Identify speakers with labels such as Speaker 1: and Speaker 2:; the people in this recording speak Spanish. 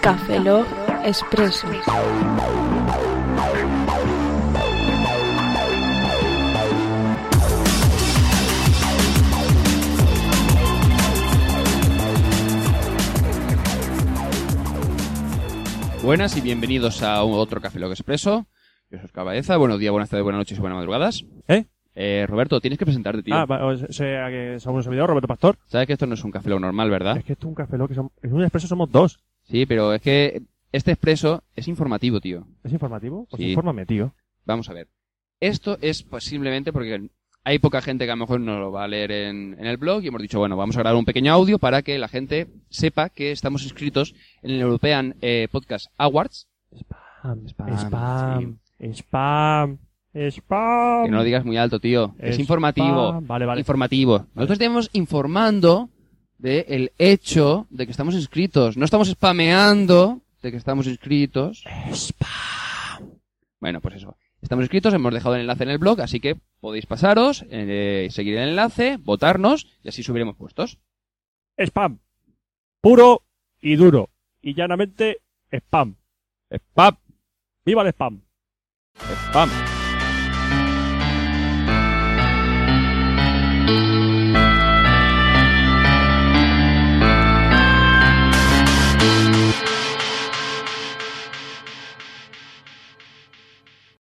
Speaker 1: Café Log Expreso.
Speaker 2: Buenas y bienvenidos a un- otro Café Log Expreso. Yo soy Oscar Baeza. Buenos días, buenas tardes, buenas noches y buenas madrugadas.
Speaker 3: ¿Eh?
Speaker 2: Eh, Roberto, tienes que presentarte, tío.
Speaker 3: Ah, va- o sea, que somos un servidor, Roberto Pastor.
Speaker 2: Sabes que esto no es un Café Log normal, ¿verdad?
Speaker 3: Es que esto es un café lo que somos. En un expreso somos dos.
Speaker 2: Sí, pero es que este expreso es informativo, tío.
Speaker 3: ¿Es informativo? Pues
Speaker 2: Sí.
Speaker 3: infórmame, tío.
Speaker 2: Vamos a ver. Esto es pues, simplemente porque hay poca gente que a lo mejor no lo va a leer en, en el blog y hemos dicho, bueno, vamos a grabar un pequeño audio para que la gente sepa que estamos inscritos en el European eh, Podcast Awards.
Speaker 3: Spam,
Speaker 2: Spam,
Speaker 3: spam, spam, spam, spam.
Speaker 2: Que no lo digas muy alto, tío. Es
Speaker 3: Spam.
Speaker 2: informativo.
Speaker 3: Vale, vale.
Speaker 2: informativo. Nosotros estamos informando del el hecho de que estamos inscritos. No estamos spameando de que estamos inscritos. Bueno, pues eso. Estamos inscritos, hemos dejado el enlace en el blog, así que podéis pasaros, eh, seguir el enlace, votarnos y así subiremos puestos.
Speaker 3: spam. Puro y duro. Y llanamente, spam.
Speaker 2: ¡Spam!
Speaker 3: ¡Viva el spam!
Speaker 2: ¡Spam!